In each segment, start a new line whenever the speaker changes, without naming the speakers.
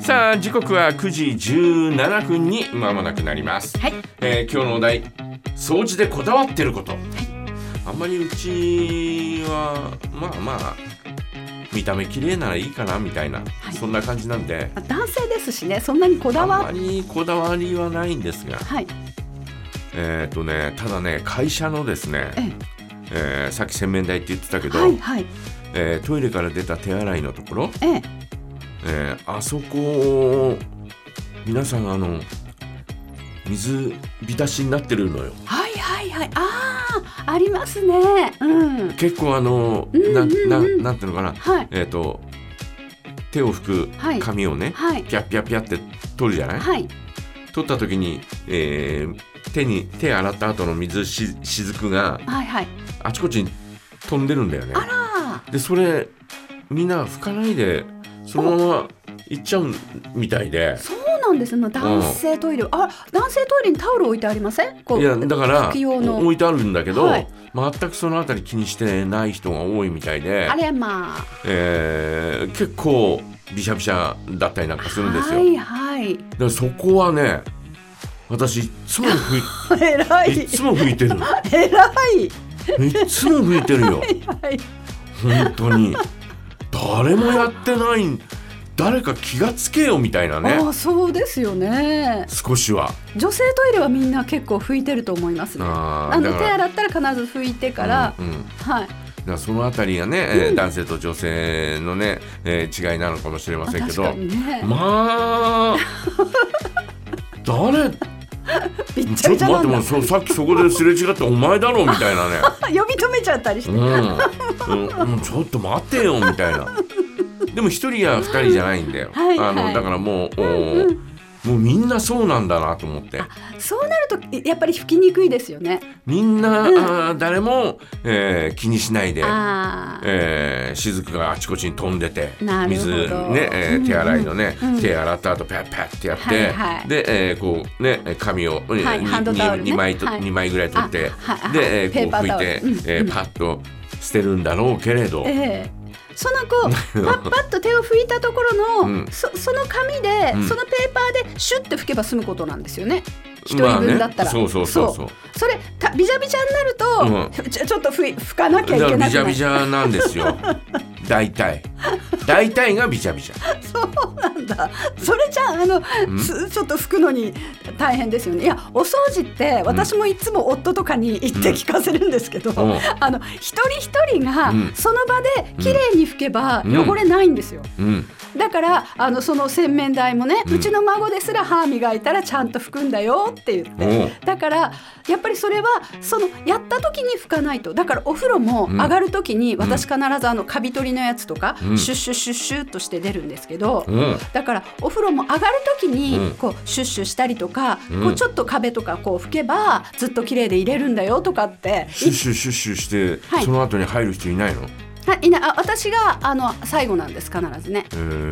さあ時刻は9時17分に間もなくなります、
はい
えー今日のお題掃除でこだわってること、あんまりうちはまあまあ見た目綺麗ならいいかなみたいな、
い
そんな感じなんで
まあ男性ですしねそんなにこ
あ
だ
ん
わ
まりこだわりはないんですが
はい
えっ、とねただね会社のですね
ええ、
えーさっき洗面台って言ってたけど、
はいはい
えートイレから出た手洗いのところ、
ええ
えーあそこを皆さんあの水浸しになってるのよ
はいはいはいああありますねうん
結構あの、
うん
な
うん
な
うん
なんていうのかな
はい
えっ、と手を拭
はい
く紙をね、
はい
ピャッピャッピャって取るじゃない、
はい
取った時に、えー手に手洗った後の水し雫が
はいはい
あちこちに飛んでるんだよね
あら
でそれみんな拭かないでそのまま行っちゃうみたいで
そうなんですね男性トイレあ男性トイレにタオル置いてありませんこう
いやだから
拭く用の
置いてあるんだけど、
はい
全くそのあたり気にしてない人が多いみたいで
あ、れまあ
えー結構びしゃびしゃだったりなんかするんですよ。
は
だ
いはい
からそこはね私いつも拭
えら
いい
い
つも拭いてる
えらい
いつも拭いてるよ
はい
本当に誰もやってない誰か気がつけよみたいなね
ああそうですよね
少しは。
女性トイレはみんな結構拭いてると思いますね
あ
あ
ー
の
だ
手洗ったら必ず拭いてから、
うんうん
はい
だからそのあたりがね、えー男性と女性のね、えー違いなのかもしれませんけ
確
ど
かにね、
まあ誰
びっ ち
ち
ゃ
ょっ
びち
と待
ゃな
っ
ん
て
だ
もうそさっきそこですれ違ってお前だろみたいなね、
呼び止めちゃったりして、
うんうんうん、ちょっと待てよみたいなでも一人や二人じゃないんだよ、
はいはい
あのだからもう、おーもうみんなそうなんだなと思って
そうなるといやっぱり拭きにくいですよね。
みんな、
うん
あー誰も、えー気にしないで
ああ、
えー、雫があちこちに飛んでて
なるほ
水
ど
ね、えー
うんうん
手洗いのね、
うん
手洗った後パッパッってやって、
はいはい
で、えーこうね紙を、
いハンドタオルね
2, 枚と、
はい
二枚ぐらい取って、
あはいはい
で、えー
ペー
こ
パ
う
ー
拭
タオ
い
ル
て、
うん
えー
うん
パッと捨てるんだろうけれど、
ええその こうパッパッと手を拭いたところの、
うん
そその紙で、
うん
そのペーパーでシュッて拭けば済むことなんですよね。一
ま
人
あね
分だったら、
そうそうそうそう
それたビジャビジャになると、ちょちょっと拭い拭かなき
だ
ゃい
か
け
ら
な
ビ
く
ジャ
な
ビ
い
ジャなんです よ大体大体がビジャビジ ャ
そうなんだ。それじゃああのつちょっと拭くのに大変ですよね。いやお掃除って私もいつも夫とかに言って聞かせるんですけど、
うん
あの一人一人が
うん
その場で綺麗に拭けば
うん
汚れないんですよ。
うん
だからあのその洗面台もね、
う
うんちの孫ですら歯磨いたらちゃんと拭くんだよって言っ
おう
てだからやっぱりそれはそのやった時に拭かないとだからお風呂も
うん
上がる時に私必ずあのカビ取りのやつとか、
うん
シュッシュッシュッシュッとして出るんですけど、
うん
だからお風呂も上がる時
うん
にこうシュッシュしたりとか、
うん
こうちょっと壁とかこう拭けばずっと綺麗でいれるんだよとかって
シュッシュッシュッシュして、
はい
その後に入る人いないの
はいいないあ私があの最後なんです必ずね。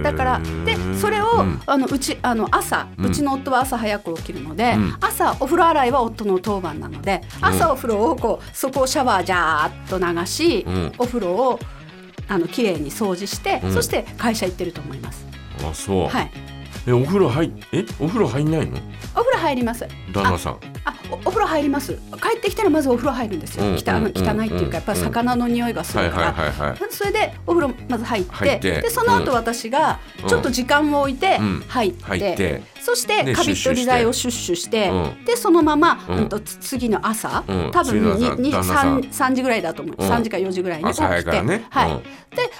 だからでそれを、
うん
あのうちあの朝、
う
うんちの夫は朝早く起きるので、
うん
朝お風呂洗いは夫の当番なので朝お風呂をこうそこをシャワージャーっと流し、
うん
お風呂をあの綺麗に掃除して、
うん
そして会社行ってると思います。
あそう、
はい、
えお風呂入っえお風呂入んないの
お風呂入ります。
旦那さん
あおお風呂入ります帰ってきたらまずお風呂入るんですよ、
うん
汚い
うん
汚いっていうかやっぱり
うん
魚の匂いがす
はい
るか
はい
ら、
はいはい
それでお風呂まず入って
入って
でその後私が
うん
ちょっと時間を置いて
うん
入って,、
入って
そして
で
カビ取り台をシュッシュして、でそのまま、
う
うんん、とつ次の朝、
うん
多
次
分
の
に
朝旦
に
那さん
三三時ぐらいだと思う、
うん
三時か四時ぐらいに起き
朝早い
て、
からね
はい
うん
で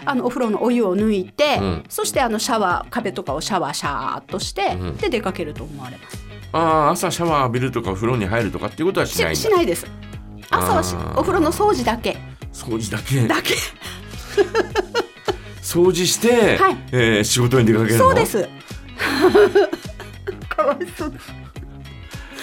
あのお風呂のお湯を抜いて、
うん
そしてあのシャワー壁とかをシャワーシャーっとして、
うん
で出かけると思われます。
ああ朝シャワー浴びるとか風呂に入るとかっていうことはしないん
し
だ
しないです朝はし
あー
お風呂の掃除だけ
掃除だけ
だけ
掃除して、
はい
えー仕事に出かけるの
そ うですかわいそう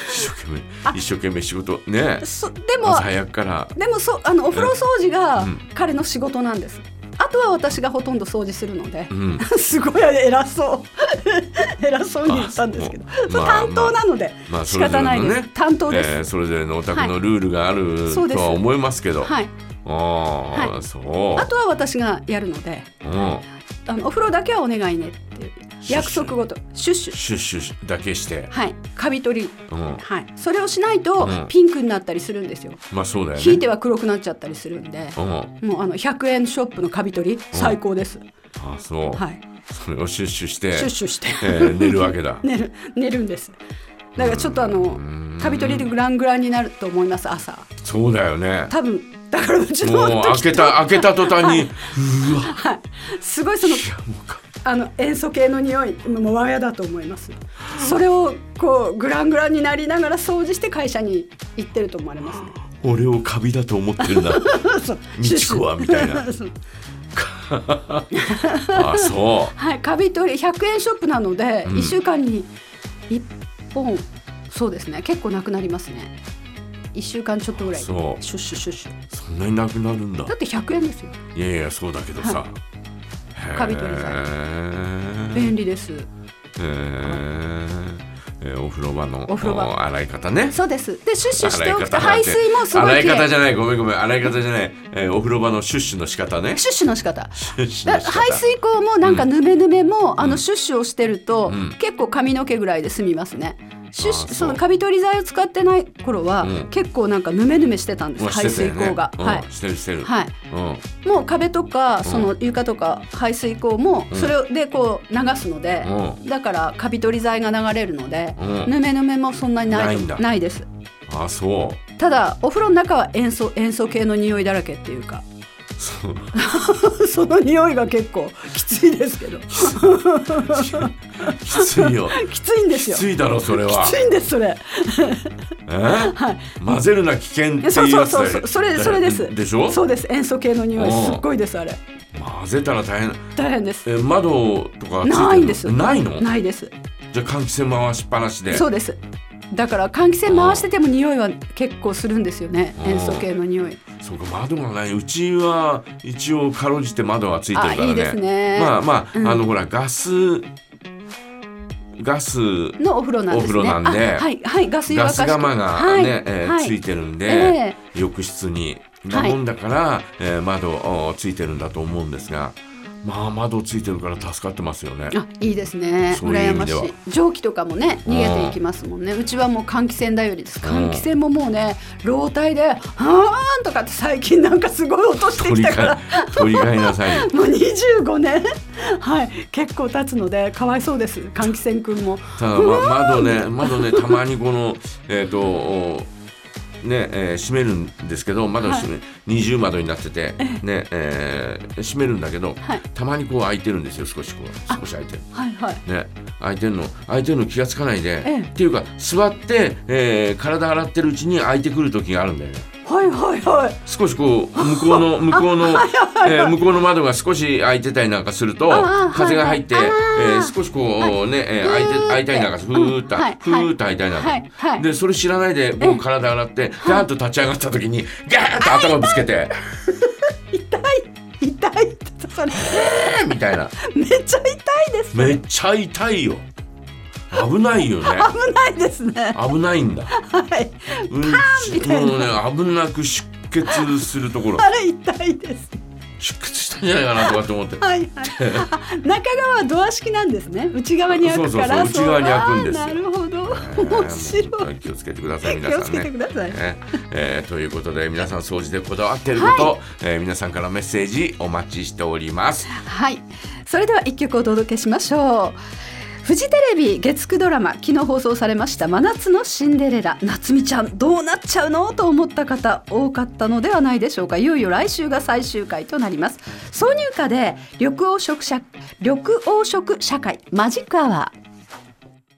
一生懸命一生懸命仕事ね
そでも
朝早くから
でもそうあのお風呂掃除が
うん
彼の仕事なんです、あとは私がほとんど掃除するので
う、ん
すごい偉そう 偉そうに言ったんですけど
あ
そ
そう
う
まあ
担当なので、
まあそ
仕
れぞれ
方ない
の
です、
ね
担当です、
えーそれぞれのお宅のルールがある、
そうです
とは思いますけど、
はい
ああ、
は
そう
あとは私がやるので
うん
あのお風呂だけはお願いねっていう
シュッ
約
シュ
束ごとシュッシュ
シュッシュッシュだけして、
はいカビ取り、
うん、
はい、それをしないと
うん
ピンクになったりするんですよ、
まあそうだよね
ひいては黒くなっちゃったりするんで、
うん、あ
もうあの100円ショップのカビ取り最高です、
そう、
はい
それをシュッシュして
シュッシュして
えー寝るわけだ
寝る寝るんですだからちょっとあのカビ取りでグラングランになると思います朝
そうだよね
多分だからうちの
もう開けた開けた途端に、い、
すごいその
やもうか
あの塩素系の匂いもうわやだと思いますそれをこうグラングランになりながら掃除して会社に行ってると思われますね
俺をカビだと思ってる な
そう
みちこはみたいな
そう
あそ
はいカビ取り100円ショップなので
うん
1週間に1本、そうですね結構なくなりますね1週間ちょっとぐらいシ
そ
ュ
う
ッシュッシュッシュ
うそんなになくなるんだ
だって100円ですよ
いやいやそうだけどさ、
は
へー
カビ取り剤
へ
便利です
ーえーお風呂場の
お風呂場
お洗い方ね
そうですでシュッシュしておくと
洗い
排
方
水もすご
洗
い
い
綺
方
麗
じゃないごめんごめん洗い方じゃない、えーお風呂場のシュッシュの仕方ね
シュッシュの仕方
シュッシュ
だ
の仕方
排水口もなんかぬめぬめも、あのシュッシュをしてると、
うん
結構髪の毛ぐらいで済みますね。シュッシ
あ
ュ
そう
そのカビ取り剤を使ってない頃は、
うん
結構なんかぬめぬめしてたんです、
もうし
排
てた
水
よね
口が、
うん
はい、
してるしてる、
は
うん
い、もう壁とかその床とか排水口も
うん
それでこう流すので、
う
だからカビ取り剤が流れるので、
うん
ぬめぬめもそんなにないと
ないんだ
ないです
あそう
ただお風呂の中は塩素塩素系の匂いだらけっていうか
そう
その匂いが結構きついですけど
きついよ
きついんで
き
すよ
ついだろそれは
きついんですそれ
えー
はい
混ぜるな危険っていうやつだ
そう
よ
そうそうそうそれそれです
でしょ
そうです塩素系の匂い
うん
すっごいですあれ
混ぜたら大変
大変です
え窓とかついてるの
ないんです
ないの
ないです
じゃあ換気扇回しっぱなしで
そうですだから換気扇回してても匂いは結構するんですよね
うん
塩素系の匂い
そうか窓がないうちは一応かろうじて窓はついてる
あ
からね
いいですね
まあまあ、
うん
あのほらガスガス
のお風呂なんです
お風
ね
呂なんで
あはいはいガス湯沸
ガ
かし
ス釜が
はい
ね、えー
はい
ついてるんで、
え
浴室にな
はい
もんだから、えー窓おついてるんだと思うんですがまあ窓ついてるから助かってますよね
あいいですね
そういう意
羨
味
まし
ではい
蒸気とかもね逃げていきますもんねうちはもう換気扇頼りです換気扇ももうね老体で「はーん」とかって最近なんかすごい音して
取
き
り
たから
替え取り替えなさい よ
もう25年はい結構経つのでかわいそうです換気扇くんも
ただ、ま、窓ね窓ねたまにこのえっ、とおねえー閉めるんですけど窓閉め、二重窓になっててねえー閉めるんだけど、
はい
たまにこう開いてるんですよ少しこう少し開いてる。
はいはい
ね、開いてるの開いてるの気がつかないで、
ええ
っていうか座って、えー体洗ってるうちに開いてくる時があるんだよね
はいはいはい
少しこう向こうの向こうの、えー向こうの窓が少し開いてたりなんかすると
ああ
風が入って、
はいはいああ
えー少しこう、ね、えー開い
ふーって
て開いたりなんかするふーっと、
うんはい
ふーっと開いたりなんか、
はいはい
でそれ知らないでこう体洗ってガーッと立ち上がった時にガーッと頭ぶつけて
痛い痛いってそれ
えーみたいな
めっちゃ痛いです
めっちゃ痛いよ危ないよね
危ないですね
危ないんだ
はい
うん
みたいな
もうね危なく出血するところ
あれ痛いです
出血したんじゃないかなとかって思って
はいはいあ中側はドア式なんです ね内側に開くから
そうそうそう内側に開くんですよ
あーなるほど
え
面白
ー
い
気をつけてください皆
気
さん
を
ね
つけてください
ねえーということで皆さん掃除でこだわってること、えー皆さんからメッセージお待ちしております
はい、それでは一曲お届けしましょう。フジテレビ月9ドラマ昨日放送されました「真夏のシンデレラ」夏美ちゃんどうなっちゃうのと思った方多かったのではないでしょうかいよいよ来週が最終回となります挿入歌で緑黄色社緑黄色社会マジックアワー